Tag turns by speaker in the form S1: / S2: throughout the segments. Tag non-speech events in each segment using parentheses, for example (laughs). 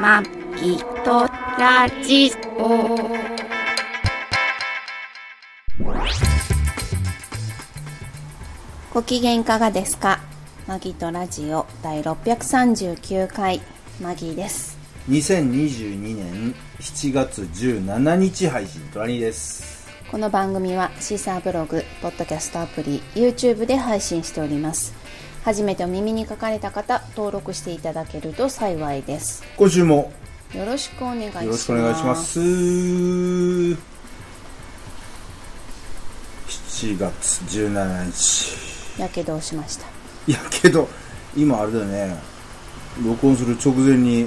S1: まきとラジオ。ご機嫌いかがですかマギとラジオ第639回マギです。
S2: 2022年7月17日配信トラニーです
S1: この番組はシーサーブログ、ポッドキャストアプリ、YouTube で配信しております。初めてお耳に書かれた方、登録していただけると幸いです。
S2: 今週も
S1: よろしくお願いします。
S2: よろしくお願いします7月17日
S1: やけどをしました。
S2: いやけど今あれだよね録音する直前に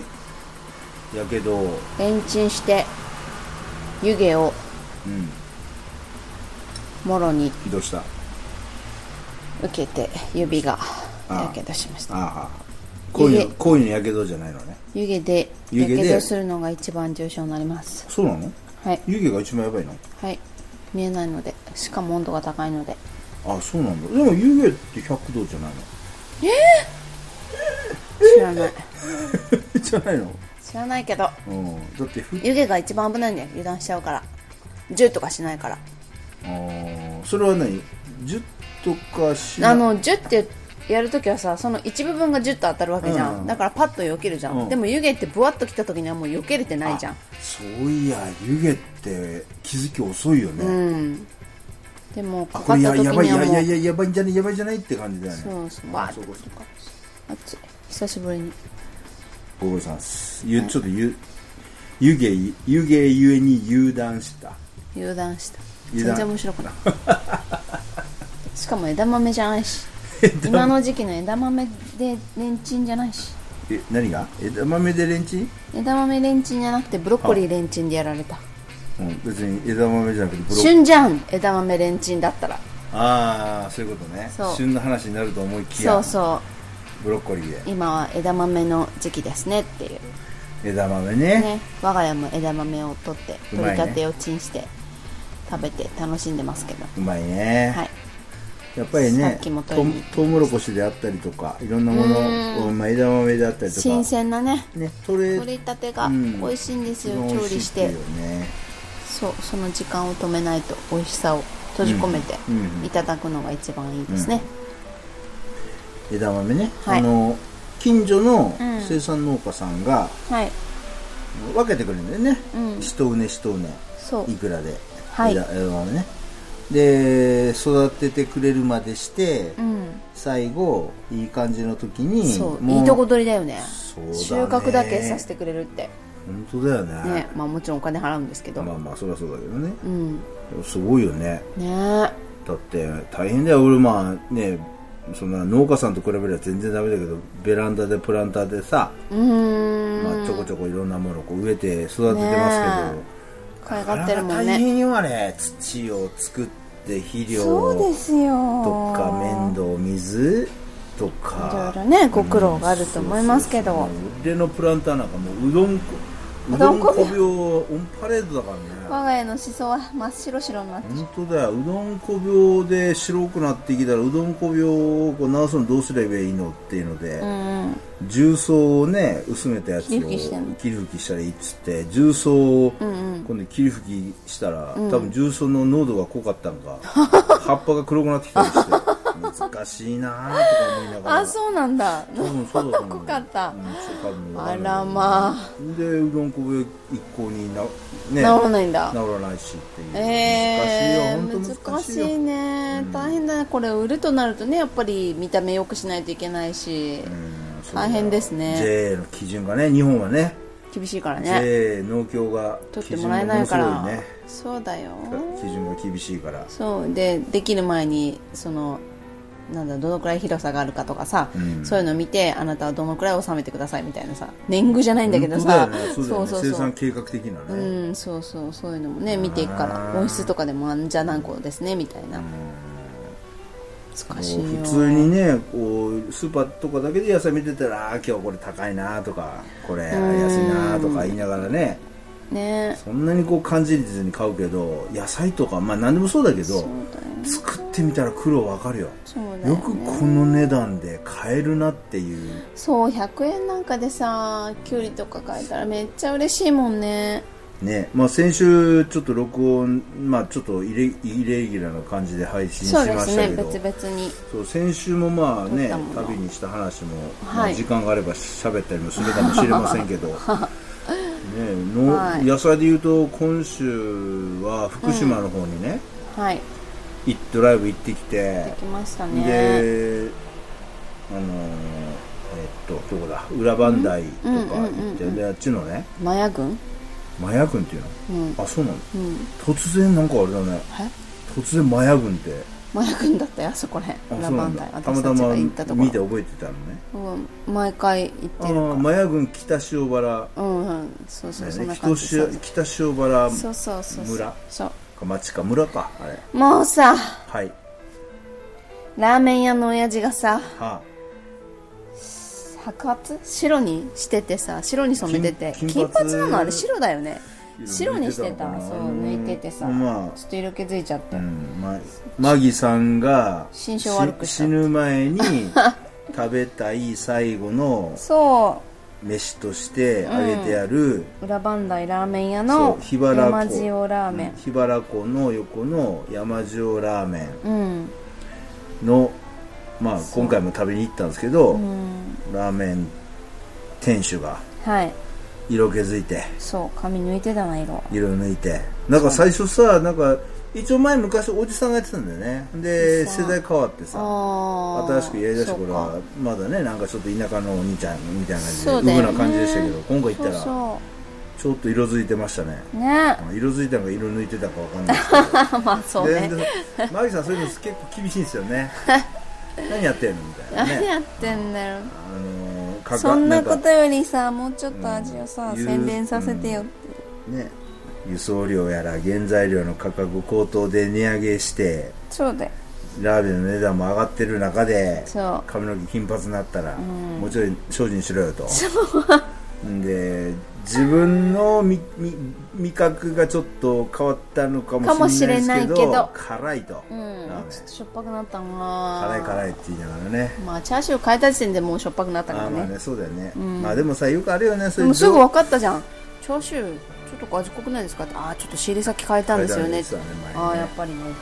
S2: やけどうん
S1: レンチンして湯気をもろに
S2: どうしたあ
S1: 受けて指が
S2: ああ
S1: やけどしました
S2: あこういう
S1: 湯気
S2: こういうのやけどじゃないのね
S1: 湯気で
S2: 湯
S1: や
S2: 気で
S1: けどするのが一番重症になります
S2: そうなの
S1: はい
S2: 湯気が一番やばいの
S1: はい見えないのでしかも温度が高いので
S2: あそうなんだでも湯気って100度じゃない
S1: 知らな
S2: (laughs)
S1: い
S2: の (laughs) じゃないの
S1: 知らないけど
S2: うんだってふ
S1: 湯気が一番危ないんだよ油断しちゃうからジュッとかしないから
S2: あーそれは何10とかしな
S1: あのジュッてやるときはさその一部分がジュッと当たるわけじゃん、
S2: うん
S1: だからパッと避けるじゃん、
S2: うん
S1: でも湯気ってブワッと来た時にはもう避けれてないじゃん
S2: そういや湯気って気づき遅いよね、
S1: うんでもか
S2: あ
S1: か
S2: こ
S1: っ
S2: れ
S1: た
S2: や
S1: 時
S2: やばい
S1: に
S2: や
S1: はいも
S2: や
S1: う
S2: いややばいんじゃねやばいんじゃないって感じだよね
S1: そうそう
S2: あ
S1: わー
S2: そうかそうか
S1: 暑い久しぶりに
S2: ご苦労さんですゆちょっとゆ湯気湯気ゆえに油断した
S1: 油断した全
S2: 油断
S1: 然面白く
S2: (laughs)
S1: ないしかも枝豆じゃないし今の時期の枝豆でレンチンじゃないし
S2: え何が枝豆でレンチン
S1: 枝豆レンチンじゃなくてブロッコリーレンチンでやられた
S2: うん別に枝豆じゃなくてブロッ
S1: 旬じゃん枝豆レンチンだったら
S2: ああそういうことね
S1: そう
S2: 旬の話になると思いきや
S1: そうそ
S2: ブロッコリーで
S1: う今は枝豆の時期ですねっていう
S2: 枝豆ね
S1: ね我が家も枝豆を取って
S2: う
S1: 取
S2: まい
S1: り
S2: ね
S1: たてをチンして食べて楽しんでますけど
S2: うまいね
S1: はい
S2: やっぱり
S1: さ
S2: ね
S1: っき
S2: と
S1: も取りに行きました
S2: トウモロコシであったりとかいろんなものを、まあ、枝豆であったりとか
S1: 新鮮なね
S2: ね取れ
S1: 取りたてが
S2: うん
S1: 美味しいんですよ、
S2: 一番美
S1: 調
S2: 味
S1: 理
S2: いっ
S1: して
S2: いうよね
S1: そうその時間を止めないと美味しさを閉じ込めて
S2: うんうんうん
S1: いただくのが一番いいですね、
S2: 枝豆ね、
S1: はい
S2: あの近所の
S1: うん
S2: 生産農家さんが
S1: はい
S2: 分けてくれるんだよね、
S1: うん
S2: 一畝一畝
S1: そう
S2: いくらで、
S1: はい
S2: 枝枝豆ねで育ててくれるまでして、
S1: うん
S2: 最後いい感じの時に
S1: そう
S2: も
S1: いいとこ取りだよね
S2: そうだね
S1: 収穫だけさせてくれるって
S2: 本当だよね
S1: ねまあもちろんお金払うんですけど、
S2: まあまあそりゃそうだけどね
S1: うんね
S2: すごいよね
S1: え
S2: だって大変だよ俺まあねそんな農家さんと比べれば全然ダメだけどベランダでプランターでさ、
S1: うーん、
S2: まあ、ちょこちょこいろんなものをこう植えて育ててますけ
S1: ね
S2: ど
S1: 買いがってるもん
S2: なかなか大
S1: ね
S2: 変よあれ土を作って肥料
S1: そうですよ
S2: とか面倒水とか
S1: いろいろねご苦労があると思いますけど
S2: そうそうそう俺のプランターなんかもううどんこ
S1: う
S2: う
S1: ど
S2: ど
S1: ん
S2: ん
S1: こ
S2: こ
S1: び
S2: 病オンパレードだからね
S1: 我が家の思想は真っ白白になって
S2: 本当だようどんこ病で白くなってきたらうどんこ病をこう治すのどうすればいいのっていうので、
S1: うん
S2: 重曹をね薄めたやつ
S1: 霧
S2: を
S1: 吹きしてんの
S2: 霧吹きしたらいいっつって重曹を
S1: んうん
S2: 今度霧吹きしたら、多分重曹の濃度が濃かったの
S1: (laughs)
S2: か葉っぱが黒くなってきたりして難しいなーとか思いながら
S1: あそうなんだ
S2: 多分そうだと思う
S1: (laughs) 濃かった
S2: うんそう多分
S1: あらまあ
S2: でうどんこ病一向にな、ね、
S1: 治らないんだ
S2: 治らないしっていう、
S1: えー、
S2: 難しいよ本当難しいよ
S1: ね、大変だねこれ売るとなるとねやっぱり見た目良くしないといけないし、
S2: うんそうだよ
S1: 大変ですね
S2: JA の基準がね日本はね
S1: 厳しいからね
S2: JA 農協が
S1: 取ってもらえないから、そうだよ
S2: 基準がものすごいね基準が厳しいから
S1: そうでできる前にそのなんだどのくらい広さがあるかとかさ、
S2: うん
S1: そういうの見てあなたはどのくらい収めてくださいみたいなさ年貢じゃないんだけどさ、
S2: 本当だよねそうだよね生産計画的なね、
S1: うん、そうそうそういうのもね見ていくから
S2: うん
S1: 温室とかでもあんじゃ何個ですねみたいな難しいよ
S2: 普通にねこうスーパーとかだけで野菜見てたらあー今日これ高いなとかこれ安いなとか言いながらね
S1: ね
S2: そんなにこう感じずに買うけど野菜とかまあ何でもそうだけど
S1: そうだよね
S2: 作ってみたら苦労わかるよ
S1: そうだよね
S2: よくこの値段で買えるなっていう
S1: そう100円なんかでさきゅうりとか買えたらめっちゃ嬉しいもんね
S2: ねまあ、先週ちょっと録音、まあ、ちょっとイレイレギュラーな感じで配信し
S1: そ
S2: ま
S1: うで
S2: し
S1: す
S2: た
S1: ね
S2: けど
S1: 別々に
S2: そう先週もまあね
S1: 撮ったもの
S2: 旅にした話も、
S1: はい
S2: まあ時間があれば喋ったりもするかもしれません
S1: (laughs)
S2: けどねの、
S1: はい
S2: 野菜で言うと今週は福島の方にね、
S1: はい
S2: いドライブ行ってき
S1: で
S2: て
S1: きましたね
S2: であのーえっとどこだ裏磐梯とか行って、であっちのね
S1: マヤ軍
S2: マヤ軍っていうの
S1: うん
S2: あそうなの
S1: うん
S2: 突然なんかあれだね
S1: え
S2: 突然マヤ軍って
S1: マヤ軍だったよあそこら
S2: あ
S1: 辺
S2: そ
S1: ラ
S2: うな
S1: バ
S2: ん
S1: ン
S2: だ
S1: ダイ
S2: たま
S1: 私
S2: た
S1: たち
S2: ま
S1: が行ったとこ
S2: 見て
S1: ろ
S2: 覚えてたのね
S1: うん毎回行って
S2: あ
S1: る
S2: ーマヤ軍北塩原
S1: うんうんそうそうそんな
S2: ね
S1: 感じ
S2: 北
S1: そう
S2: 塩北塩原
S1: そうそうそう
S2: 村
S1: そう
S2: か町か村かあれ
S1: もうさ
S2: はい
S1: ラーメン屋の親父がさ
S2: は
S1: 白髪白にしててさ白に染めてて
S2: 金
S1: 金金
S2: 金髪
S1: 髪なのあれ白だよね
S2: 色
S1: 白にして
S2: 抜
S1: た
S2: いてたの
S1: そ
S2: か
S1: う
S2: な
S1: 抜いててさ、
S2: まあ
S1: ちょっと色気づいちゃっ
S2: あ、
S1: て、
S2: うんま、マギさんが
S1: 心証悪くした
S2: し死ぬ前
S1: (laughs)
S2: に食べたい最後の
S1: そ
S2: 飯としてあげてある、
S1: う裏磐梯ラーメン屋
S2: そ
S1: の
S2: う桧原
S1: 山
S2: 湖
S1: 塩ラーメ
S2: 桧原湖の横の山塩ラーメン
S1: ンうん、
S2: の、まあ、今回も食べに行ったんですけど、
S1: うん、
S2: ラーメン店主が
S1: はい
S2: 色気づいて
S1: そう髪抜いてたな色
S2: 色抜いてなんか最初さなんか一応前昔おじさんがやってたんだよねで
S1: おじさん
S2: 世代変わってさ
S1: あー
S2: 新しくやりだした頃
S1: そう
S2: はまだねなんかちょっと田舎のお兄ちゃんみたいな感じで
S1: そう
S2: う
S1: だよ
S2: ぶ
S1: ね
S2: な感じでしたけど今回行
S1: か
S2: ったら
S1: そ
S2: ちょっと色づいてましたね
S1: うそうね (laughs)
S2: まあ色づいたのか色抜いてたかわかんないです
S1: まあ (laughs) そう
S2: け
S1: ね
S2: どででマギさんそういうの結構厳しいんです
S1: (laughs)
S2: よね何やってんのみたいな
S1: 何 (laughs)
S2: ね
S1: やってんだよ
S2: あのーかか
S1: そんなこ
S2: か
S1: とよりさもうちょっと味をさ、
S2: うん
S1: 洗練させてよって、
S2: ね、輸送料やら原材料の価格高騰で値上げして
S1: そうだよ
S2: ラーメンの値段も上がってる中で
S1: そう
S2: 髪の毛金髪になったら、もうちょい精進しろよとんで自分の味味味覚がちょっと変わったのかもしれないですけど
S1: かもしれないけど
S2: 辛いと、
S1: うん
S2: ラーメン
S1: ちょっとしょっぱくなったな
S2: 辛い辛いって言いながらね
S1: まあチャーシュー変えた時点でもうしょっぱくなったか
S2: あ
S1: ら
S2: ーまあ
S1: ね
S2: ねそうだよね、まあでもさよくあるよねそ
S1: で
S2: ういう
S1: もすぐ分かったじゃんチャーシューちょっと味濃くないですかってああちょっと仕入れ先変えたんですよね
S2: 変えたんですよね前にね
S1: ああやっぱりねっていう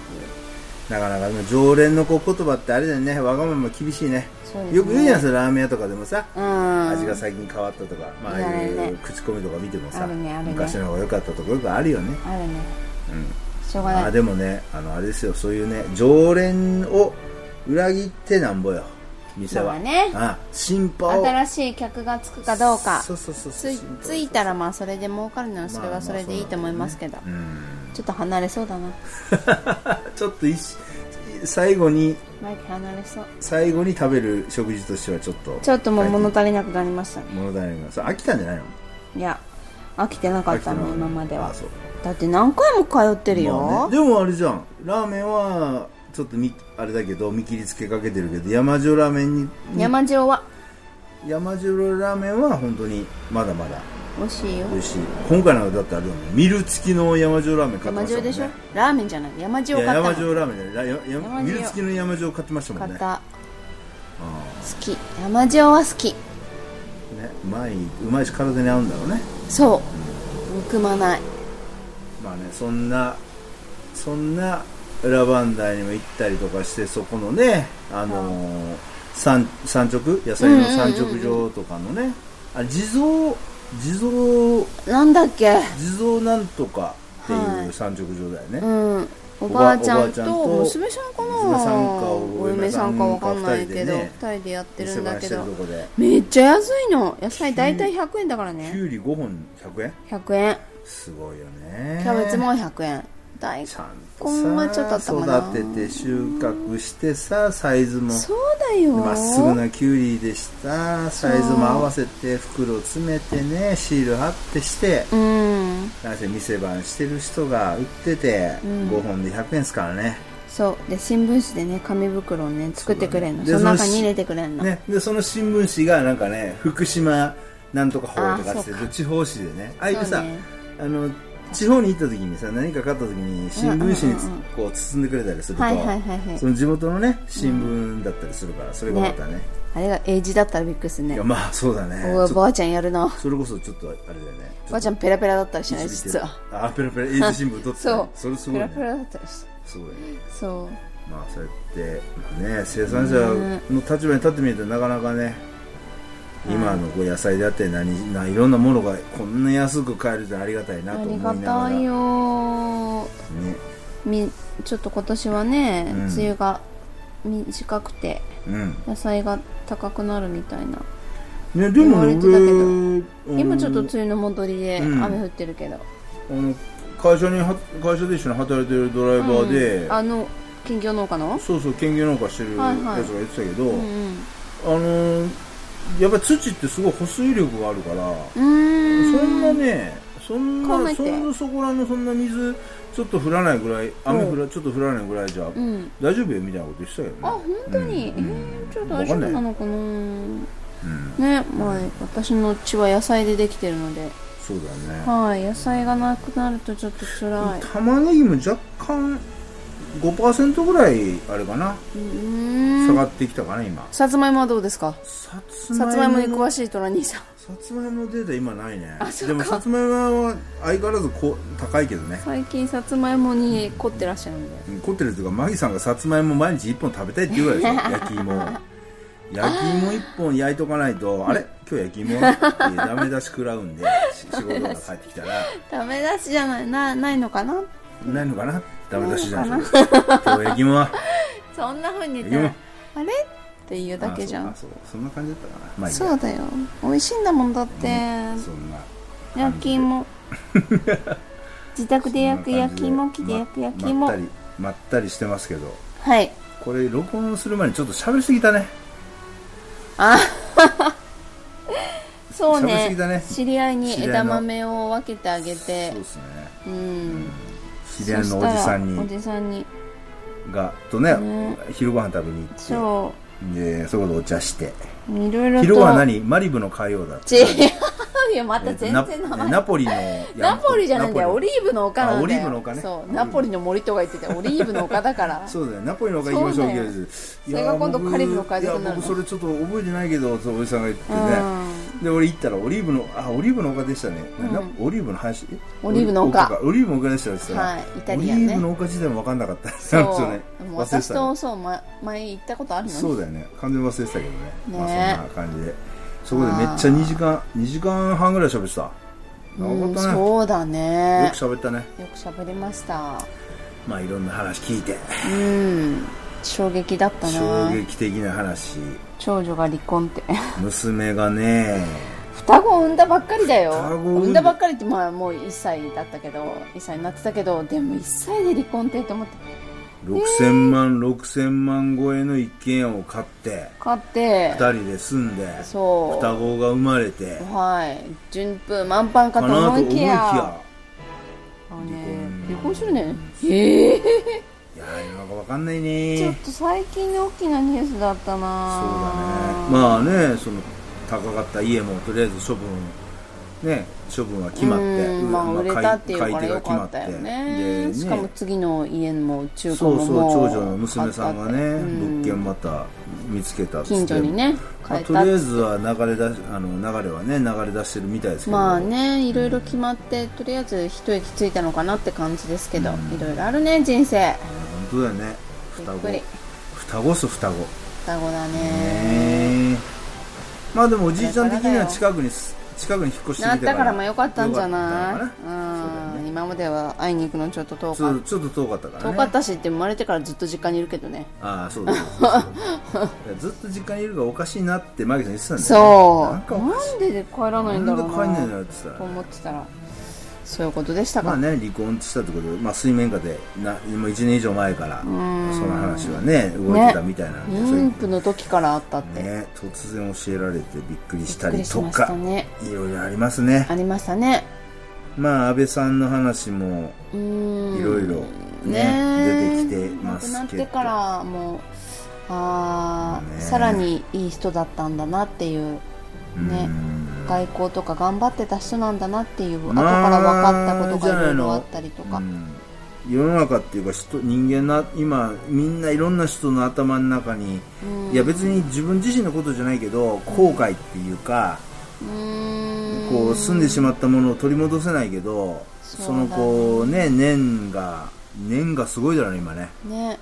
S2: なかなかでも常連のこう言葉ってあれだよねわがまま厳しいね
S1: そうですね
S2: よく言うじゃんすよラーメン屋とかでもさ、
S1: うん
S2: 味が最近変わったとか、まあ、あ
S1: いや
S2: あい
S1: あれ
S2: う
S1: ね
S2: 口コミとか見てもさ、
S1: あるねあるね
S2: 昔の方が良かったとかよくあるよね、
S1: あるね
S2: うん
S1: しょうが
S2: ま
S1: な
S2: あ
S1: い
S2: でもねあのあれですよそういうね常連を裏切ってなんぼよ店は
S1: そうだね
S2: あ進歩を
S1: 新しい客がつくかどうか
S2: そうそうそう
S1: つい
S2: 進歩
S1: ついたらまあそれで儲かるならそれ
S2: まあまあ
S1: はそれでいいと思いますけど、
S2: うん
S1: ちょっと離れそうだな
S2: ちょっと一し最後に
S1: マイキ離れそう
S2: 最後に食べる食事としてはちょっと
S1: ちょっともう物
S2: 物
S1: 足りなくなりましたね
S2: 足りないそう飽きたんじゃないの
S1: いや飽きてなかった
S2: 飽き
S1: の
S2: てない
S1: 今まで
S2: あ
S1: は
S2: そう
S1: だって何回も通ってるよ、
S2: まあねでもあれじゃんラーメンはちょっとみあれだけど見切りつけかけてるけど山塩ラーメンに
S1: 山塩は
S2: 山塩ラーメンは本当にまだまだ
S1: 美味しいよ
S2: 美味しい今回なんかだってあれだもんミル付きの山塩ラーメン買って
S1: 山
S2: まし
S1: 塩
S2: たもんね
S1: でしょラーメンじゃない山
S2: い
S1: 塩
S2: や
S1: 買った
S2: 山
S1: の
S2: 塩ラーメンじゃないやや
S1: 山塩
S2: ミル付きの山塩買ってましたも
S1: 買
S2: ん
S1: っ
S2: ね
S1: た
S2: あ
S1: 好き山塩は好き
S2: ーねうまいうまいし体に合うんだろうね
S1: そうむくまない
S2: まあねそんなそんな裏磐梯にも行ったりとかしてそこのねあのー産産直野菜の産直場とかのね、あれ地蔵地蔵
S1: なんだっけ
S2: 地蔵なんとかって
S1: は
S2: いう
S1: い
S2: 産直場だよね、
S1: うんおばあちゃんと
S2: おばあちゃんと
S1: 娘さんかな
S2: 娘さんか
S1: お
S2: お
S1: 嫁
S2: 嫁
S1: さ
S2: さ
S1: ん
S2: ん
S1: か
S2: か
S1: わかんないけど
S2: 二人でね
S1: 二人でやってる
S2: 店
S1: んだ
S2: 番し
S1: け
S2: てると
S1: ど
S2: こで
S1: めっちゃ安いの野菜大体100円だから
S2: き
S1: ね
S2: ゅうり5本100円
S1: 100円
S2: すごいよね
S1: キャベツも100円大
S2: ちゃん
S1: こんな
S2: と
S1: ちょっとあったか
S2: さ
S1: な
S2: 育てて収穫してさサイズも
S1: そうだよ
S2: まっすぐなキュウリでしたサイズも合わせて袋詰めてねシール貼ってして
S1: うん
S2: なんせ店番してる人が売ってて、
S1: ん
S2: 5本で100円ですからね
S1: そうで新聞紙でね紙袋をね作ってくれんのそ,、
S2: そうだねで
S1: の中
S2: その
S1: に入れてくれんの、
S2: ねでその新聞紙がなんかね福島なんとか法とかっつって
S1: あそう
S2: どっち方紙でねああいうさ
S1: そうね
S2: あの地方に行った時にさ何か買った時に新聞紙につ
S1: うんうんうん
S2: こう包んでくれたりすると、
S1: はいはいはいはい
S2: その地元のね新聞だったりするから、それがまたね
S1: あれが英字だったらびっくりする
S2: い
S1: ね
S2: やまあそうだね
S1: おお
S2: ちょ
S1: ばあちゃんやるな
S2: それこそちょっとあれだよね
S1: おばあちゃんペラペラだったりしない
S2: 一時
S1: 実
S2: 的
S1: は
S2: あペラペラ英字新聞撮って、ね、
S1: (laughs) そう
S2: それす
S1: ペ
S2: ごいね
S1: ラペラだったりし
S2: すごいね
S1: そう
S2: まあそうやって、まあね、生産者の立場に立ってみるとなかなかね、今のこう野菜であって何ないろんなものがこんな安く買えるってありがたいなと
S1: あ
S2: 思い
S1: り
S2: な
S1: が
S2: がら
S1: たいよ
S2: ね
S1: みちょっと今年はね、
S2: うん
S1: 梅雨が短くて
S2: うん
S1: 野菜が高くなるみたいな
S2: ね、でも
S1: 言わ
S2: ね
S1: れてたけど
S2: 俺
S1: 今ちょっと
S2: あ
S1: 梅
S2: の
S1: 雨の戻りで
S2: うん
S1: 雨降ってるけど、
S2: あの会社には会社で一緒に働いてるドライバーで、
S1: あの金魚農家の
S2: そうそう兼業農家してる
S1: は
S2: や
S1: い
S2: つ
S1: はい
S2: が言ってたけど、
S1: うん
S2: あのやっぱり土ってすごい保水力があるから、
S1: うん
S2: そんなね、そん
S1: 考え
S2: な、
S1: て
S2: そんなそこらのそんな水、ちょっと降らないぐらい、雨
S1: うん
S2: 降ら、ちょっと降らないぐらいじゃ、
S1: うん
S2: 大丈夫よみたいなこと言ってたけどね。
S1: あ本当に、
S2: うん
S1: えー、ちょっと大丈夫なのかな
S2: うん、
S1: ねまあ私の血は野菜でできてるので
S2: そうだね。
S1: はい野菜がなくなるとちょっと辛い
S2: 玉ねぎも若干、5%ぐらい、あれかな、
S1: う
S2: 下
S1: ーん
S2: がってきたかな、今。
S1: さつまいもはどうですか
S2: さつ
S1: さつまいもに
S2: の
S1: 詳しいトラ兄さん
S2: さつまいものデータ今ないね
S1: あそっか
S2: でもさつまいもは相変わらずこう高いけど
S1: (laughs)
S2: ね
S1: 最近さつまいもに凝ってらっしゃるんで
S2: うん凝ってるというかマギさんがさつまいも毎日1本食べたいって言うからで
S1: (laughs)
S2: しょ焼き芋を焼き芋1本焼いとかないとあれ今日焼き芋ってダメ出し食らうんでし (laughs) 仕事が帰ってきたら
S1: ダメ出しじゃないなないのかな
S2: ないのかなダメ出しじゃ
S1: ない
S2: ん
S1: の
S2: 今日焼き芋は
S1: そんな風に言った
S2: 言う
S1: ら
S2: も
S1: あれって言う (laughs) だけじゃ
S2: あ
S1: ん
S2: そうかそうそんな感じだったかなまあいい
S1: そうだよ美味しいんだもんだって
S2: やそんな
S1: 焼き
S2: (laughs)
S1: 芋自宅で焼く
S2: そんな
S1: 焼
S2: 感じ
S1: き芋木で焼く焼き芋
S2: ままったりまったりしてますけど
S1: はい
S2: これ録音する前にちょっと喋りすぎたね
S1: そう
S2: 喋りす
S1: ね
S2: ぎだね
S1: 知り合いに
S2: 知り合いの
S1: 枝豆を分けてあげて
S2: そうですね
S1: うん
S2: 知り合いのおじさん
S1: そしたらお
S2: に
S1: じさんに
S2: がとね
S1: ね
S2: 昼ご飯食べに行って
S1: そ
S2: でそこでお茶して
S1: ういろいろと
S2: 昼ごは何マリブの海洋だって
S1: 違うよまた全
S2: ナ
S1: 然名前
S2: ナポリの
S1: (laughs) ナポリじゃないんだよオ
S2: ナポリ
S1: リーブの丘なんだよ
S2: あオリーブの丘ね
S1: そう
S2: うん
S1: ナポリの森とか言っててオリーブの丘だから
S2: そうだよナポリの丘行きましょう
S1: そうだよ
S2: 行きましょう
S1: それが今度カリブの海賊になるの
S2: いや僕それちょっと覚えてないけどそうおじさんが言って
S1: う
S2: ね
S1: ん
S2: で俺行ったらオリーブのあオリーブの丘でしたね、
S1: うん
S2: なオリーブの林え
S1: オリーブの丘
S2: オリーブの丘でしたよそしたら
S1: はいイタリアンね
S2: オリーブの丘自体も分かんなかった
S1: そ
S2: なんですよ
S1: う
S2: ね
S1: でも
S2: 忘れて
S1: 私
S2: たね
S1: とそうま前行ったことあるのに
S2: そうだよね完全に忘れてたけどね
S1: ね
S2: まあそんな感じでそこでめっちゃ2時間2時間半ぐらい喋ってた
S1: う
S2: 長
S1: ん
S2: かったね、よ
S1: そうだね
S2: く喋ったね
S1: よく喋りました
S2: まあいろんな話聞いて
S1: うん衝撃だった
S2: 衝
S1: な
S2: 撃的な話
S1: 長女が離婚って (laughs)
S2: 娘がね
S1: 双子を産んだばっかりだよ
S2: 双子を産んで
S1: 産んだばっかりってまあもう1歳だったけど1歳になってたけどでも1歳で離婚ってと思って
S2: 6000万6000万超えの一軒家を買って
S1: 買って
S2: 2人で住んで
S1: そう
S2: 双子が生まれて
S1: はい順風満帆か
S2: か
S1: と
S2: なと
S1: 思
S2: 思
S1: い
S2: い
S1: き
S2: き
S1: や
S2: や
S1: あのね
S2: 離婚
S1: 離婚するねええ
S2: いやーなんか分かんない
S1: ちょ
S2: ね
S1: っと最近の大きなニュースだった
S2: そうだ
S1: な
S2: ねまあねその高かった家もとりあえず処分ね処分は決まって
S1: うんまあ
S2: まあ
S1: 売れたっていうから
S2: 買い
S1: よかったよね
S2: で
S1: しかも次の家も中古
S2: そ
S1: も
S2: うそう
S1: も
S2: 長女の娘さんがね、
S1: うん
S2: 物件また見つけたっつって
S1: 近所にね
S2: ま
S1: 買
S2: あ
S1: え
S2: とりあ
S1: た
S2: えずは流れだあの流れはね流れ出してるみたいですけど
S1: まあねいろいろ決まってとりあえず一息ついたのかなって感じですけどいろいろあるね人生
S2: 本当だよね
S1: びっ
S2: 双子
S1: くり
S2: 双子っす双子ね
S1: 双子だね
S2: えまあでもおじいちゃん的には
S1: これ
S2: 近くにす近くに引っ越してきた
S1: な
S2: か
S1: っ
S2: ら
S1: たからまあよかったんじゃない
S2: よかったのかな
S1: う、
S2: そうんだよね
S1: 今までは会いに行くのちょっと遠
S2: ちょ
S1: かっ
S2: っとちょっと遠かったから
S1: た
S2: ね
S1: 遠かったしって生まれてからずっと実家にいるけどね
S2: ああそうだそうだそうだいやずっと実家にいるからおかしいなってマギさん言ってたんだよね
S1: そう
S2: なんかおかし
S1: なんでで帰らない
S2: い
S1: ん
S2: な
S1: だ
S2: んで
S1: ろうな
S2: 帰
S1: ん
S2: ないんだよって言って
S1: と
S2: たら
S1: 思ってたらそういうことでしたか、
S2: まあね離婚したってことで、まあ、水面下でなもう1年以上前からそ
S1: ん
S2: の話はね動いてたみたいなんで、それ
S1: 妊婦の時からあったって、
S2: ね、突然教えられてびっくりし
S1: び
S2: た
S1: っく
S2: り
S1: りし
S2: と
S1: まし
S2: か
S1: たね
S2: いろいろありますね
S1: ありましたね
S2: まあ安倍さんの話も
S1: うーん
S2: いろいろね
S1: ね
S2: 出てきてます
S1: 亡く
S2: け
S1: な
S2: ど
S1: ってからもうあー
S2: ね
S1: さらにいい人だったんだなっていう
S2: うーん
S1: ね外交とか頑張ってた人なんだなっていう後から分かったことがいろいろあったりとか、
S2: うん世の中っていうか人人間な今みんないろんな人の頭の中に、
S1: うん
S2: いや別に自分自身のことじゃないけど後悔っていうか、
S1: うーん
S2: こう住んでしまったものを取り戻せないけどそ,、
S1: そうだ
S2: の
S1: ね
S2: こうね念が念がすごいだろうね今ね、
S1: ね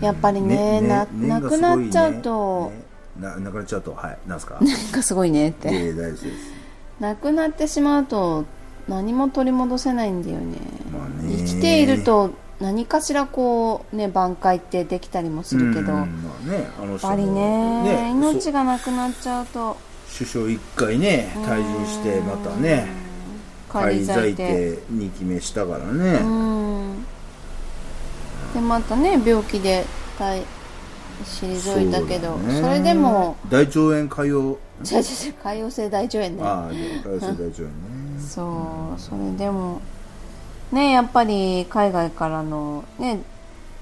S2: うん
S1: やっぱりねな
S2: 念がすごい
S1: なくなっちゃうと
S2: ねななくなっちゃうとはいなんすか
S1: なんかすごいねっ
S2: え
S1: て
S2: え大事です
S1: なくなってしまうと何も取り戻せないんだよね,、
S2: まあね
S1: 生きていると何かしらこうね挽回ってできたりもするけど、
S2: うんま
S1: や
S2: あねあの
S1: っ
S2: 人
S1: ぱ
S2: も
S1: りね
S2: そ
S1: 命がなくなっちゃうと
S2: 首相一回ね退陣してまたね
S1: 仮
S2: 仮
S1: 在
S2: 在
S1: 定
S2: 定2期目したからね、
S1: うんでまたね病気で退退いたけど
S2: う
S1: そ,、
S2: だね
S1: れでも
S2: 大腸炎潰瘍
S1: 違う違う違う潰瘍性大腸炎ね
S2: ああで潰瘍性大腸炎ね
S1: (laughs) そうそれでもねやっぱり海外からのね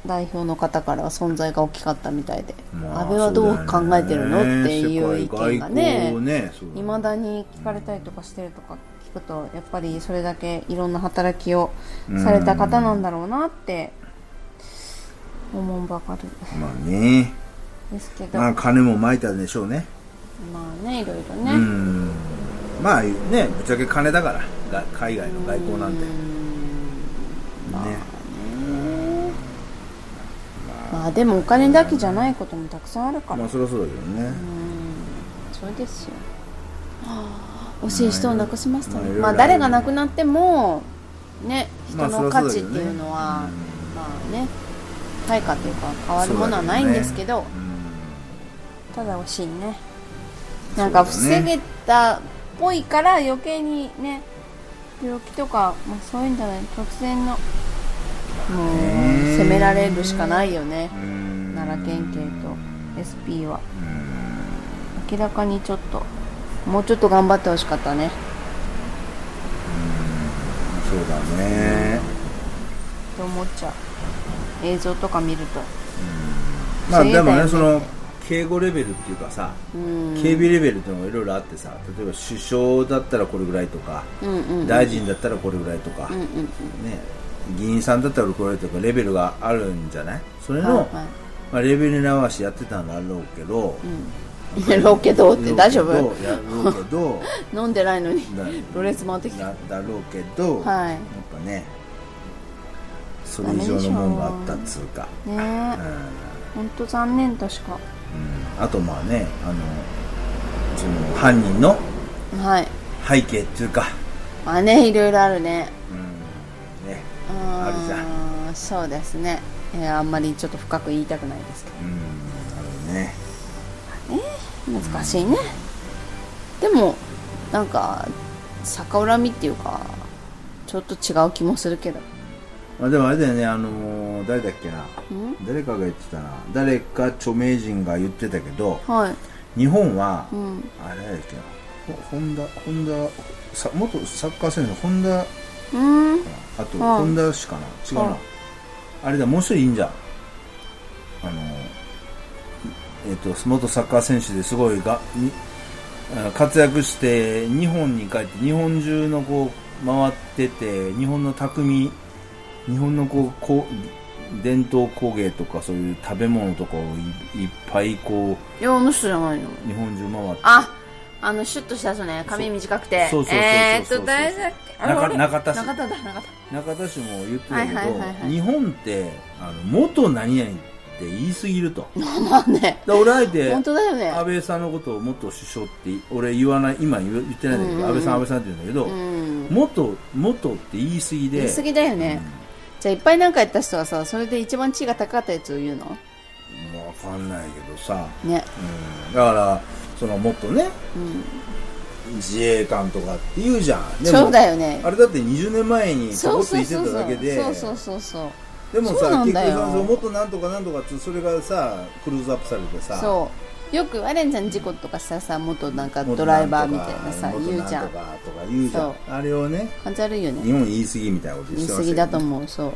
S1: 代表の方からは存在が大きかったみたいで、
S2: まあ
S1: 安倍はどう
S2: そ
S1: 考えてるの、
S2: だよね
S1: っていう意見が
S2: 世界外
S1: ね
S2: 交ねそう
S1: いま、未だに聞かれたりとかしてるとか聞くとやっぱりそれだけいろんな働きをされた方なんだろうなって思うばかり
S2: まあね
S1: ですけど、
S2: まあ金もまいたんでしょうね
S1: まあねいろいろね、
S2: うんまあねぶっちゃけ金だからが海外の外交なんてね
S1: まあでもお金だけじゃないこともたくさんあるから、
S2: まあそりゃそうだけどね、
S1: そうですよ惜しい人を亡くしましたね、
S2: まあいろいろ
S1: まあ、誰が亡くなってもね
S2: ま
S1: 人
S2: あ
S1: の価値
S2: そ
S1: っ
S2: りゃそう
S1: て
S2: だよね
S1: いうのは
S2: うん
S1: まあね対価というか変わるものはないんですけどただ惜しいねなんか
S2: そうだ
S1: 防
S2: ね
S1: げたっぽいから余計にね病気とか、まあ、そういうんじゃない突然のもう
S2: ね
S1: 責められるしかないよね
S2: うんうん
S1: 奈良県警と SP は明らかにちょっともうちょっと頑張ってほしかったね
S2: そうだね、
S1: って思っちゃう映像とか見ると
S2: まあ
S1: そうだ
S2: で
S1: よね
S2: もねその警護レベルっていうかさ、
S1: うん
S2: 警備レベルっていうのがいろいろあってさ例えば首相だったらこれぐらいとか、
S1: うんうん
S2: 大臣だったらこれぐらいとか、
S1: うんうん
S2: ね、議員さんだったらこれぐらいとかレベルがあるんじゃないそれ
S1: うん
S2: の、
S1: はいは
S2: まあ、レベルに合わせてやってたんだろうけど、
S1: いうんロケどうって大丈夫
S2: やろうけど
S1: 飲んでないのに
S2: だ
S1: ロレス回ってきた
S2: だだろうけど、
S1: はい
S2: やっぱねそれ以上のもんがあったっつうか、
S1: ね
S2: う
S1: え
S2: んうん
S1: ほんと残念としか
S2: あとまあねあのその犯人の
S1: はい
S2: 背景っていうか、
S1: まあねいろいろあるね
S2: うんね
S1: うー
S2: あるじゃ
S1: そうですね、えーあんまりちょっと深く言いたくないですけ
S2: うんあるね
S1: ど難しいねでもなんか逆恨みっていうかちょっと違う気もするけど
S2: まあ、でもあれだよね、あのー誰だっけな
S1: う
S2: 誰かが言ってたな誰か著名人が言ってたけど
S1: はい
S2: 日本は、
S1: うん
S2: あれだっけなほ本田本田さ元サッカー選手の本田
S1: うん
S2: あと、
S1: ん
S2: 本田氏かな違うな、
S1: うん
S2: あれだもう一人いいんじゃんあのえっ、と元サッカー選手ですごいがにあ活躍して日本に帰って日本中のこう回ってて日本の匠日本のこうこう伝統工芸とかそういう食べ物とかをいいっぱいこ
S1: いやあの人じゃないの
S2: う日本中回って
S1: ああのシュッとした人ね髪短くて
S2: そうそうそうそうそう
S1: えーっと誰だっけあれ
S2: 中
S1: あれ
S2: 中田氏
S1: 中田だ中田
S2: 中田氏も言ってたけど、
S1: はいはいはいはい
S2: 日本ってあの元何々って言い過ぎると。
S1: まあね
S2: だ俺あえて
S1: 本当だよ
S2: 安
S1: ね
S2: 倍さんのことを元首相って俺言わない今言う言ってないんだけど、
S1: うんうんうん
S2: 安倍さん安倍さんって言うんだけど、
S1: うん
S2: 元元って言い過ぎで
S1: 言い過ぎだよね、じゃあいっぱいなんかやった人はさそれで一番地位が高かったやつを言うの
S2: もうわかんないけどさ、
S1: ね
S2: うん、だからそのもっとね
S1: うん
S2: 自衛官とかって言うじゃんでも
S1: そうだよね
S2: あれだって20年前にち
S1: そ
S2: ょこ
S1: う
S2: っと
S1: そ
S2: 言
S1: う
S2: って
S1: そう
S2: た
S1: そ
S2: だけで
S1: うそうそうそう
S2: でも
S1: そう
S2: さ
S1: な
S2: 結
S1: ん
S2: 局
S1: だよ
S2: さその元なんとかなんとかってそれがさクルーズアップされてさ
S1: そうよくアレンちゃん事故とかしたらさ元なんかドライバーみたいなさ
S2: 元
S1: 言
S2: な
S1: うんじゃ
S2: と
S1: ん
S2: かとか言うじゃ
S1: そ
S2: んあれをね
S1: 感じ悪いよ
S2: 日
S1: ね
S2: 本言い過ぎみたいなこと
S1: 言
S2: 言
S1: い
S2: ってま
S1: 過
S2: した
S1: ぎ
S2: け
S1: だと
S2: ど
S1: 思うそう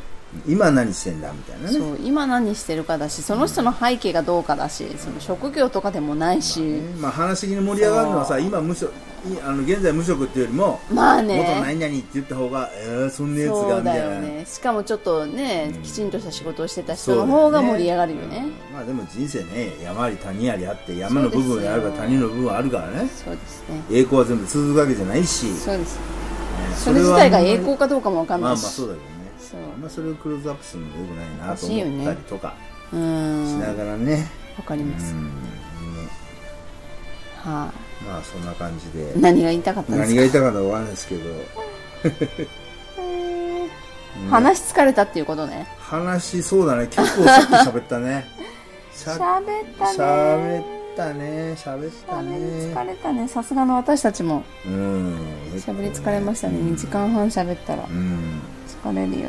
S2: 今何してんだみたいなね
S1: そう今何してるかだしその人の背景がどうかだしその職業とかでもないし、
S2: まあ話的に盛り上がるのはさ今むしろいあの現在無職っていうよりも、
S1: まあね
S2: 元何々って言った方がえー、そんなやつ
S1: そ
S2: が
S1: う
S2: みた
S1: だ
S2: い
S1: よ
S2: な、
S1: ねしかもちょっとね、きちんとした仕事をしてた
S2: そ
S1: 人
S2: うだ
S1: の
S2: よね
S1: 方が盛り上がるよね
S2: うんまあでも人生ね山あり谷ありあって山の部分がある
S1: そ
S2: から
S1: うです
S2: 谷
S1: よ
S2: の部分あるからね
S1: そうですね
S2: 栄光は全部続くわけじゃないし、ね
S1: そうです
S2: そ
S1: それ
S2: は
S1: 自体が栄光かどうかもわかん
S2: まあま
S1: な
S2: あ
S1: いし、
S2: そうだけどね
S1: そう
S2: あんまそれをクローズアップするのもよくないなと思ったりとか
S1: うー
S2: し
S1: んわ
S2: ながらね、
S1: かります、
S2: うん
S1: は
S2: まあそんな感じで
S1: い。何が言いたかったんで
S2: 何
S1: す
S2: が
S1: か
S2: 言いたかったかわかんないですけど
S1: 話疲れたっていうことね
S2: 話そうだね結構さっき喋った
S1: (laughs)
S2: ねしゃ
S1: 喋ったね
S2: 喋ったね喋った
S1: 喋り疲
S2: ね
S1: れたねさすがの私たちも
S2: うん
S1: 喋り疲れましたね
S2: うん
S1: 2時間半喋ったら
S2: う
S1: 疲れるよね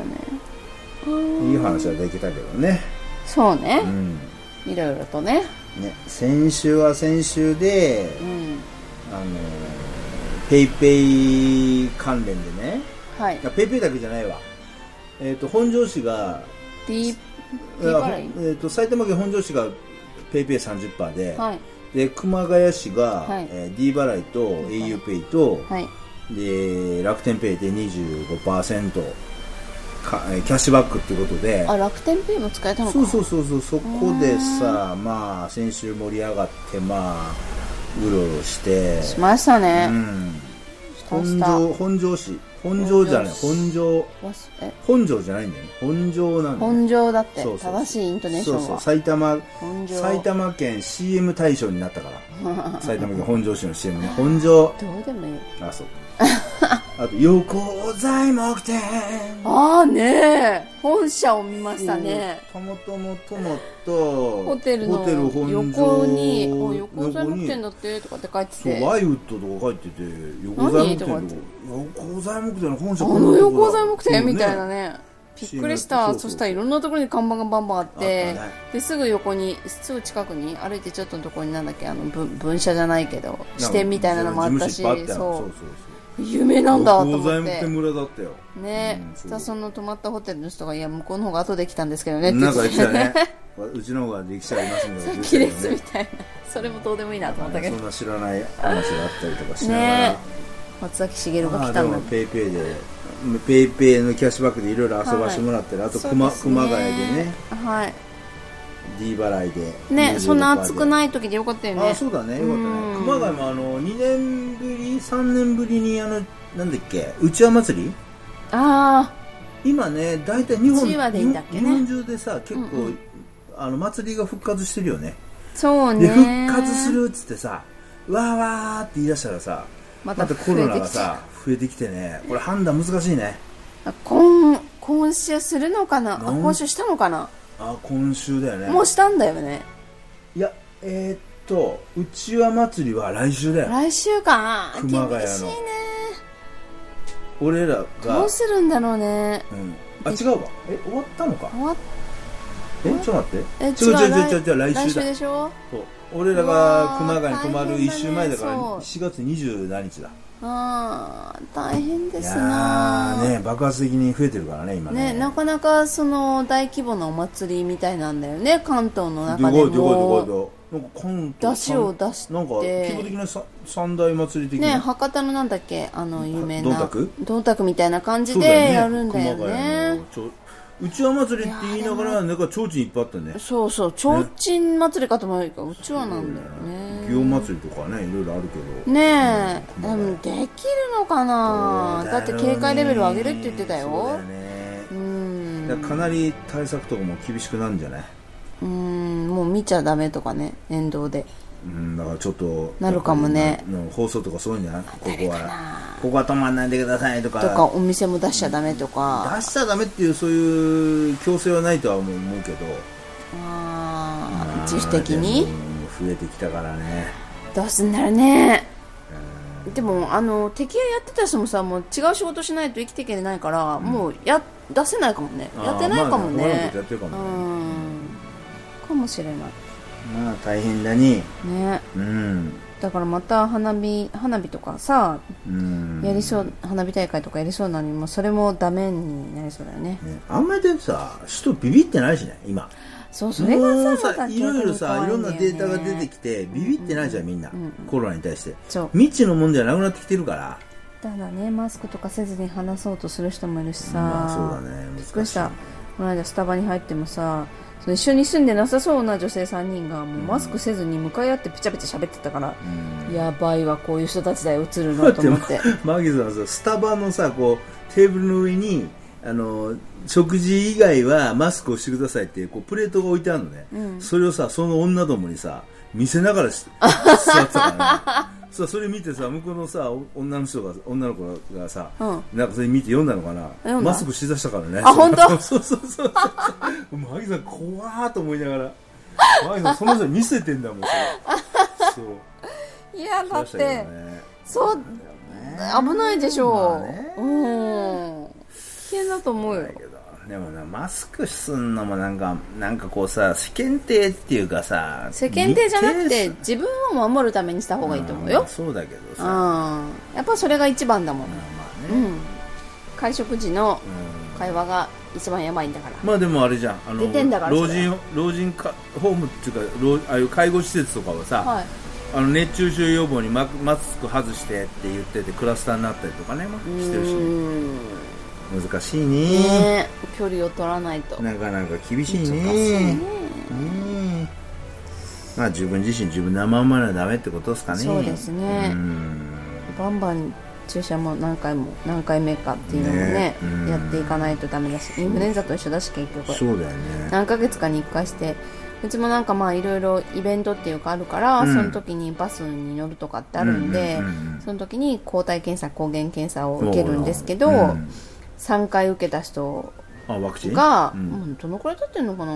S2: んいい話はできたけどね
S1: そうね
S2: う、ん
S1: いろいろとね
S2: ね先週は先週で
S1: うん
S2: あのペイペイ関連でね
S1: はい
S2: いやペイペイだけじゃないわえっ、と本庄市が
S1: D
S2: え
S1: D 払い
S2: ー、と埼玉県本庄市がペイペイ30%で、
S1: はい
S2: で熊谷市が、
S1: はい
S2: えー D 払いと au ペイと、
S1: はい
S2: で楽天ペイで25%かえーキャッシュバックっていうことで
S1: あ楽天ペイも使えたのか
S2: そうそうそうそうそこでさまあ先週盛り上がってまあうろうろして
S1: しましたね、
S2: うん
S1: したし
S2: 本
S1: た
S2: 庄本庄市本庄じゃない本
S1: 本
S2: 庄
S1: わしえ
S2: 本庄じゃないんだよね本庄なんだよ
S1: 本庄だって
S2: そうそう
S1: 正しいイントネーションは
S2: そうそう埼玉
S1: 本庄
S2: 埼玉県 CM 大賞になったから
S1: (laughs)
S2: 埼玉県本庄市の CM ね本庄
S1: どうでもいい (laughs)
S2: あそうあと横材木店
S1: ああねえ本社を見ましたね、
S2: たまたまトマと
S1: ホテルの
S2: ホテル本
S1: 横に「お横
S2: 材
S1: 材木店だって」とかって書いて
S2: そう
S1: て
S2: ワイウッドとか書いてて横材木
S1: 何
S2: 店
S1: とかって
S2: と横材木店の本社
S1: あ
S2: こんな
S1: の
S2: とこ
S1: 横
S2: だ
S1: 材木店みたいな
S2: ね
S1: ねびっくりした
S2: そう
S1: そ
S2: そうそう
S1: したらいろんなところに看板がバンバンあっ
S2: あ
S1: て
S2: ったね
S1: ですぐ横にすぐ近くに歩いてちょっとのところになんだっけあの分分社じゃないけど支店みたいなのもあったし
S2: 事務所いっぱいあったよ
S1: そ
S2: そ
S1: う
S2: うそうそう
S1: 夢なんだと思
S2: 横
S1: っ
S2: 材木
S1: て
S2: 店村だったよ
S1: ね
S2: うん
S1: スタソンの泊まったホテルの人が「いや向こうの方が後で来たんですけどね」って言
S2: な
S1: っ
S2: んか
S1: て
S2: 言っててたねうちの方が歴史ありますんで
S1: 「
S2: 私
S1: 綺麗
S2: (laughs)
S1: です」みたいなそれもどうでもいいなと思ったけ
S2: そ
S1: ど
S2: んな知らない話があったりとかしながら、
S1: ね松崎しげるが
S2: ま
S1: 来
S2: あで
S1: たんだ
S2: もペイペイでペイペイのキャッシュバックでいろいろ遊ばしてもらってる、あと熊,、
S1: そう
S2: 熊
S1: す
S2: 谷でね
S1: はい
S2: D 払いで
S1: ねそんな暑く
S2: い
S1: ない時でよかったよね
S2: あそうだねよかったね
S1: うん
S2: 熊谷もあの2年ぶり3年ぶりにあのなんだっけうちわ祭り
S1: あ
S2: 今ね大体日本
S1: うちわでいいんだっけね
S2: 日本中でさ結構、あの祭りが復活してるよね
S1: あそう
S2: で
S1: ね
S2: 復活するっつってさわーわーって言い出したらさま
S1: ま
S2: た
S1: た
S2: コロナがさ増えてきてねこれ判断難しいね
S1: あ今今週するのかなあ
S2: なん
S1: 今週したのかな
S2: あ今週だよね
S1: もうしたんだよね
S2: いやえーっとうちわ祭りは来週だよ
S1: 来週か厳し
S2: 熊谷の
S1: いね
S2: 俺らが
S1: どうするんだろうね
S2: うん、あ違うわえ終わったのか
S1: 終わっ
S2: えちょっと待っ
S1: え
S2: て違う違う違う違う違う来
S1: 来
S2: 週だ
S1: 週でしょ
S2: そう俺らが熊谷に泊まる1週前だから
S1: うわー大変だね
S2: 4月27日だ
S1: ああ大変で
S2: い
S1: す
S2: や
S1: な
S2: ーね爆発的に増えてるからね今ね
S1: ねなかなかその大規模なお祭りみたいなんだよね関東の
S2: でか
S1: 中で
S2: いでかいでかい
S1: も
S2: でなんか関東
S1: 出汁を出して
S2: なんか規模的なさ三大祭り的な
S1: ね博多のなんだっけあの有名な
S2: どんたく
S1: どんたくみたいな感じ
S2: そうだよね
S1: でやるんだよ
S2: 熊
S1: ね
S2: 谷のちょうちわ祭りって言いながらなんか提灯いっぱいあったね
S1: そうそうちょうちん祭りかと思うけどうちわなんだよね
S2: 祇園祭りとかねいろいろあるけど
S1: ねえ、
S2: うん
S1: でもできるのかなだって警戒レベルを上げるって言ってたよ
S2: そうだよ
S1: う
S2: ね
S1: ん
S2: だからかなり対策とかも厳しくなるんじゃない
S1: うんもう見ちゃダメとかね沿道で
S2: うんだからちょっと
S1: なるかもね
S2: うん放送とかそういうんじゃないここ
S1: な
S2: はここは止まんないでくださいとか
S1: とかお店も出しちゃダメとか
S2: 出しちゃダメっていうそういう強制はないとは思うけど
S1: あー自主的に
S2: うん増えてきたからね
S1: どうすんだろうねでもあの敵ややってた人もさもう違う仕事しないと生きていけないから、もうや出せないかもね
S2: あー
S1: やってないかも
S2: まあね他のこ
S1: ね
S2: とやってるかもね
S1: うんかもしれない
S2: まあ大変だに
S1: ね
S2: うん
S1: だからまた花火花火とかさ
S2: うん
S1: やりそう、花火大会とかやりそうなのにもうそれもダメになりそうだよね
S2: ねあんまりでもさ人ビビってないしね今
S1: そうそれ
S2: も
S1: が
S2: う
S1: さ
S2: さ
S1: また
S2: いろいろさい
S1: 逆
S2: ろ
S1: に
S2: ん
S1: 怖
S2: ない
S1: だよね
S2: データが出てきてビビってないじゃんみんな、
S1: うんうん
S2: コロナに対して
S1: そう
S2: 未知のもんじゃなくなってきてるから
S1: ただねマスクとかせずに話そうとする人もいるしさ、
S2: まあそうだね
S1: びっく
S2: 難
S1: り
S2: し
S1: し
S2: い
S1: たこの間スタバに入ってもさその一緒に住んでなさそうな女性3人がもうマスクせずに向かい合ってペチャペチャ喋ってたから、
S2: うん
S1: やばいわこういう人たちだよ映るのと思 (laughs) って
S2: マギさんはさスタバのさこうテーブルの上にあの食事以外はマスクをしてくださいっていうこうプレートが置いてあるのね、
S1: うん
S2: それをさその女どもにさ見せなが
S1: (laughs)
S2: らし座ってたからねさそれ見てさ向こうのさお女の人が女の子がさ、
S1: うん
S2: なんかそれ見て読んだのかな
S1: 読んだ
S2: マスクしだしたからね
S1: あ本当
S2: (laughs) そうそうそうそうマギさん怖ーと思いながらマギさんその人に見せてんだもん
S1: (laughs)
S2: それそう
S1: いやだっ
S2: しました
S1: て、
S2: けどね
S1: そう危ないでしょう、
S2: まあね
S1: うん危険だと思うよ
S2: だけどでもなマスクすんのもなんかなんかこうさ世間体っていうかさ
S1: 世間体じゃなくて
S2: 見
S1: 自分を守るためにした方がいいと思う
S2: ま
S1: よ
S2: あ、そうだけど
S1: う
S2: さ
S1: ん
S2: まあ
S1: やっぱそれが一番だもん、
S2: まあ
S1: う
S2: ね、
S1: ん、会食時の
S2: うん
S1: 会話が一番やばいんだから
S2: まあでもあれじゃんあの
S1: 出てんだから
S2: 老
S1: それ
S2: 人老人かホームっていうか老ああいう介護施設とかはさ、
S1: はい
S2: あの熱中症予防にママスク外してって言っててクラスターになったりとかね、まあしてるし
S1: う
S2: ね、
S1: ん
S2: 難しいね
S1: ねえ距離を取らないと
S2: なかなか厳しいね
S1: 難しいね
S2: うんまあ自分自身自分のまんまなダメってことですかね
S1: そうですね
S2: うん
S1: バンバン注射も何回も何回目かっていうのもね
S2: ねうん
S1: やっていかないとダメだしインフルエンザと一緒だし結局
S2: そうだよね
S1: 何ヶ月かに1回してうちもなんかまあいろいろイベントっていうかあるから、
S2: うん
S1: その時にバスに乗るとかってあるんで、
S2: うんうんうん
S1: その時に抗体検査抗原検査を受けるんですけど、
S2: うん
S1: 3回受けた人
S2: あワクチン
S1: が、
S2: う
S1: うんんどのくらい経ってるのかな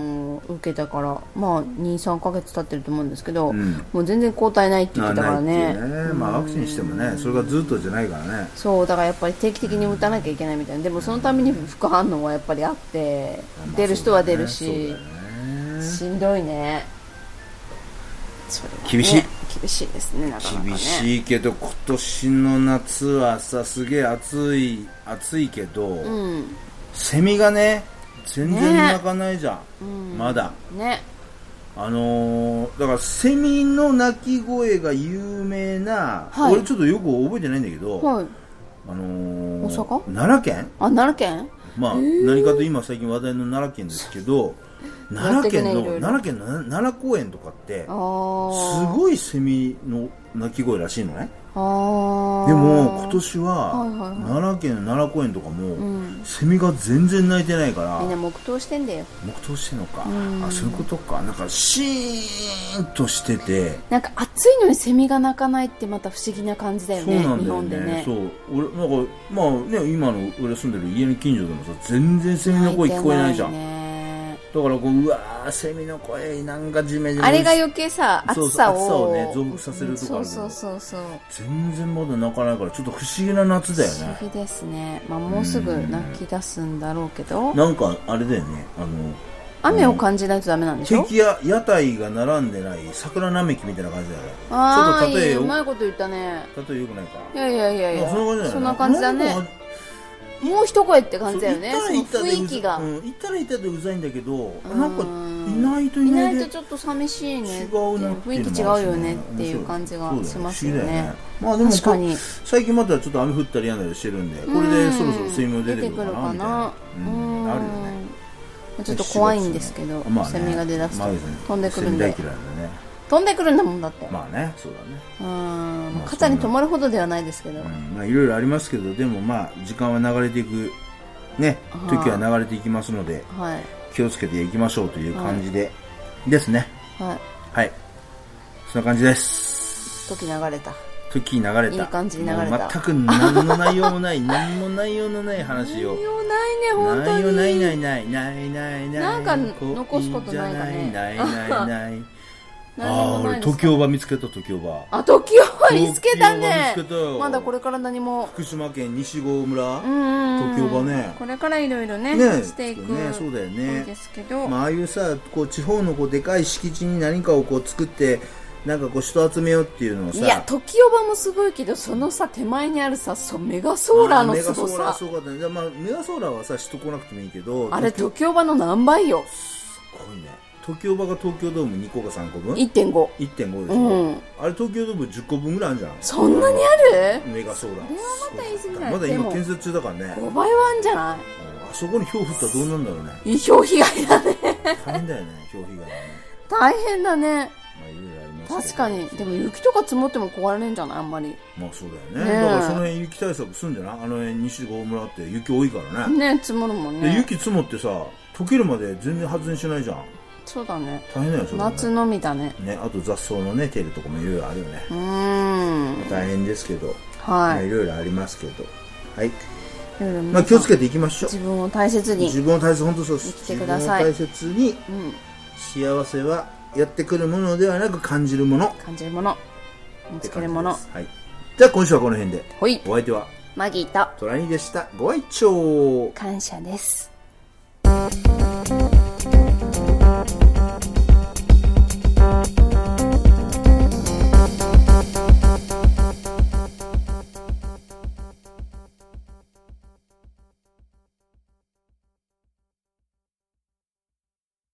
S1: 受けたからまあ23ヶ月経ってると思うんですけど、
S2: うん
S1: もう全然抗体ないって言ってたからね
S2: あないっていうねまあワクチンしてもねそれがずっとじゃないからね
S1: そうだからやっぱり定期的に打たなきゃいけないみたいなでもそのために副反応はやっぱりあって出る人は出るし、
S2: まあそうだよね
S1: しんどいねそれはね
S2: 厳しい
S1: 厳しいですねなかなかね
S2: 厳しいけど今年の夏はさすげえ暑い暑いけど、
S1: うん
S2: セミがね全然
S1: ね
S2: 鳴かないじゃん、
S1: うん
S2: まだ
S1: ね
S2: あのーだからセミの鳴き声が有名な、
S1: はい
S2: 俺ちょっとよく覚えてないんだけど、
S1: はい
S2: あのー
S1: 大阪
S2: 奈良県
S1: あ奈良県
S2: まあ、何かと今最近話題の奈良県ですけど
S1: やっ
S2: 奈
S1: て
S2: 良
S1: くね
S2: 県の、
S1: いろいろ
S2: 奈良県の奈良公園とかって
S1: あ
S2: す
S1: あ
S2: ごいセミの鳴き声らしいのね
S1: ああ
S2: でも今年は、
S1: はいはいはい
S2: 奈良県の奈良公園とかも、
S1: ん
S2: セミが全然鳴いてないから
S1: みんな黙祷してんだよ
S2: 黙祷してんのか、
S1: ん
S2: あそういうことかなんかシーンとしてて、
S1: なんか暑いのにセミが鳴かないってまた不思議な感じだよ
S2: そう
S1: ね
S2: なん
S1: 日
S2: だよ
S1: 本で
S2: ね
S1: ね
S2: そう俺なんかまあね今の俺住んでる家の近所でもさ全然セミの声聞こえないじゃん、
S1: 鳴てね
S2: だからこううわーセミの声なんかジメジメ
S1: あれが余計さ
S2: そう
S1: 暑さを
S2: そう暑さをね増幅させるとこあ
S1: そう
S2: るけど
S1: そうそうそう
S2: 全然まだ鳴かないからちょっと不思議な夏だよ
S1: 不思
S2: ね
S1: 議ですね、まあ、もうすぐ泣き出すんだろうけど
S2: なんかあれだよねあの
S1: 雨を感じないとダメなんでしょ
S2: 敵や屋台が並んでない桜並木みたいな感じだよね
S1: あ
S2: ち
S1: あ
S2: ょっと例え
S1: いい
S2: よ
S1: うまいこと言ったね
S2: 例えよくないか
S1: いやいやいやいや
S2: まあそんな感じだよね
S1: んな感じだね
S2: なんか
S1: もう一声って感じだよね
S2: そう
S1: その雰囲気が、
S2: 行ったら行ったでうざいんだけど、
S1: ん
S2: なんかいないとい
S1: い
S2: な
S1: ないい
S2: で
S1: とちょっと寂しいね
S2: 違
S1: っていう
S2: うなって
S1: 雰囲
S2: いう
S1: 気違う
S2: のもあるし
S1: よねっていう感じが
S2: 面
S1: し
S2: 白
S1: ます
S2: そう
S1: よ
S2: だ不思議だ
S1: ね
S2: まあでも
S1: 確かに
S2: こ最近まだちょっと雨降ったりやんだりしてるんでこれでそろそろ睡眠出てくるかなみたいな、
S1: う
S2: うん
S1: ん
S2: あるよね
S1: ちょっと怖いんですけど、
S2: まあね
S1: セミが出だすと
S2: まあね
S1: 飛んでくるんで
S2: セミ大嫌いなんでね
S1: 飛んでくるんだもんだって、
S2: まあねそうだね
S1: うん
S2: まあ
S1: 肩に止まるほどではないですけど、
S2: うんまあいろいろありますけどでもまあ時間は流れていくね
S1: はい
S2: 時は流れていきますので
S1: はい
S2: 気をつけていきましょうという感じで、ですね
S1: はい
S2: はいそんな感じです
S1: 時流れた
S2: 時流れた
S1: いい感じに流れた
S2: もう全く何の内容もない (laughs) 何も内容のない話を
S1: 容ないね本当
S2: 内
S1: に
S2: 容ないないないないないない
S1: なんか残すことないかね
S2: じゃないないない
S1: (laughs)
S2: ない
S1: 何
S2: ああ
S1: もな
S2: ー俺
S1: いです
S2: 時おば見つけた時おば
S1: あ時を見つけたね
S2: 時を見つけたよ
S1: まだこれから何も
S2: 福島県西郷村
S1: うんうん
S2: 時
S1: うん
S2: おばね
S1: これからいろいろね
S2: ね
S1: していく
S2: ねそうだよね
S1: んですけど、
S2: まあああいうさこう地方のこうでかい敷地に何かをこう作ってなんかこう人集めようっていうのをさ
S1: いや時おばもすごいけどそのさ手前にあるさそうメガソーラーのすご
S2: メガソーラー
S1: さ
S2: すごかったねじゃあまあメガソーラーはさ人来なくてもいいけど
S1: あれ時おばの何倍よ
S2: すごいね時おばが東京ドーム2個か3個分
S1: 1.5
S2: 1.5でしょ、
S1: うん
S2: あれ東京ドーム10個分ぐらいあるじゃん
S1: そんなにある
S2: メガソーラー
S1: それはまた言い過ぎない
S2: まだ
S1: でも
S2: 今建設中だからね
S1: ?5 倍はあんじゃな
S2: あそこに氷降ったらどうなんだろうね
S1: い氷被害だね
S2: 大変だよね氷被害はね
S1: 大変だね
S2: まあいろいろあります
S1: 確
S2: けど
S1: かにでも雪とか積もっても壊れるんじゃないあんまり
S2: まあそうだよね
S1: ねえ
S2: だからその辺雪対策すんじゃないあの辺西郷村って雪多いからね
S1: ね積もるもん
S2: で
S1: ね
S2: 雪積もってさ溶けるまで全然発電しないじゃん
S1: そうだね
S2: 大変だよそれもね
S1: 夏のみだね
S2: ねあと雑草のね手入れとかもいろいろあるよね
S1: うーん
S2: 大変ですけどま
S1: は
S2: あ
S1: い
S2: いろいろありますけどはい
S1: いろいろ皆
S2: ま
S1: さ
S2: あ
S1: ん
S2: 気をつけていきましょう
S1: 自分を大切に
S2: 自分を大切本当そうで
S1: 生き
S2: す
S1: て
S2: 自
S1: く
S2: 分
S1: だ
S2: を
S1: さい
S2: 大切に
S1: うん
S2: 幸せはやってくるものではなく感じるものっ
S1: 感じるもの見
S2: て
S1: つける
S2: 感じです
S1: もの
S2: はいじゃあ今週はこの辺で
S1: ほい
S2: お相手は
S1: マギーと
S2: トラニーでしたご愛聴
S1: 感謝です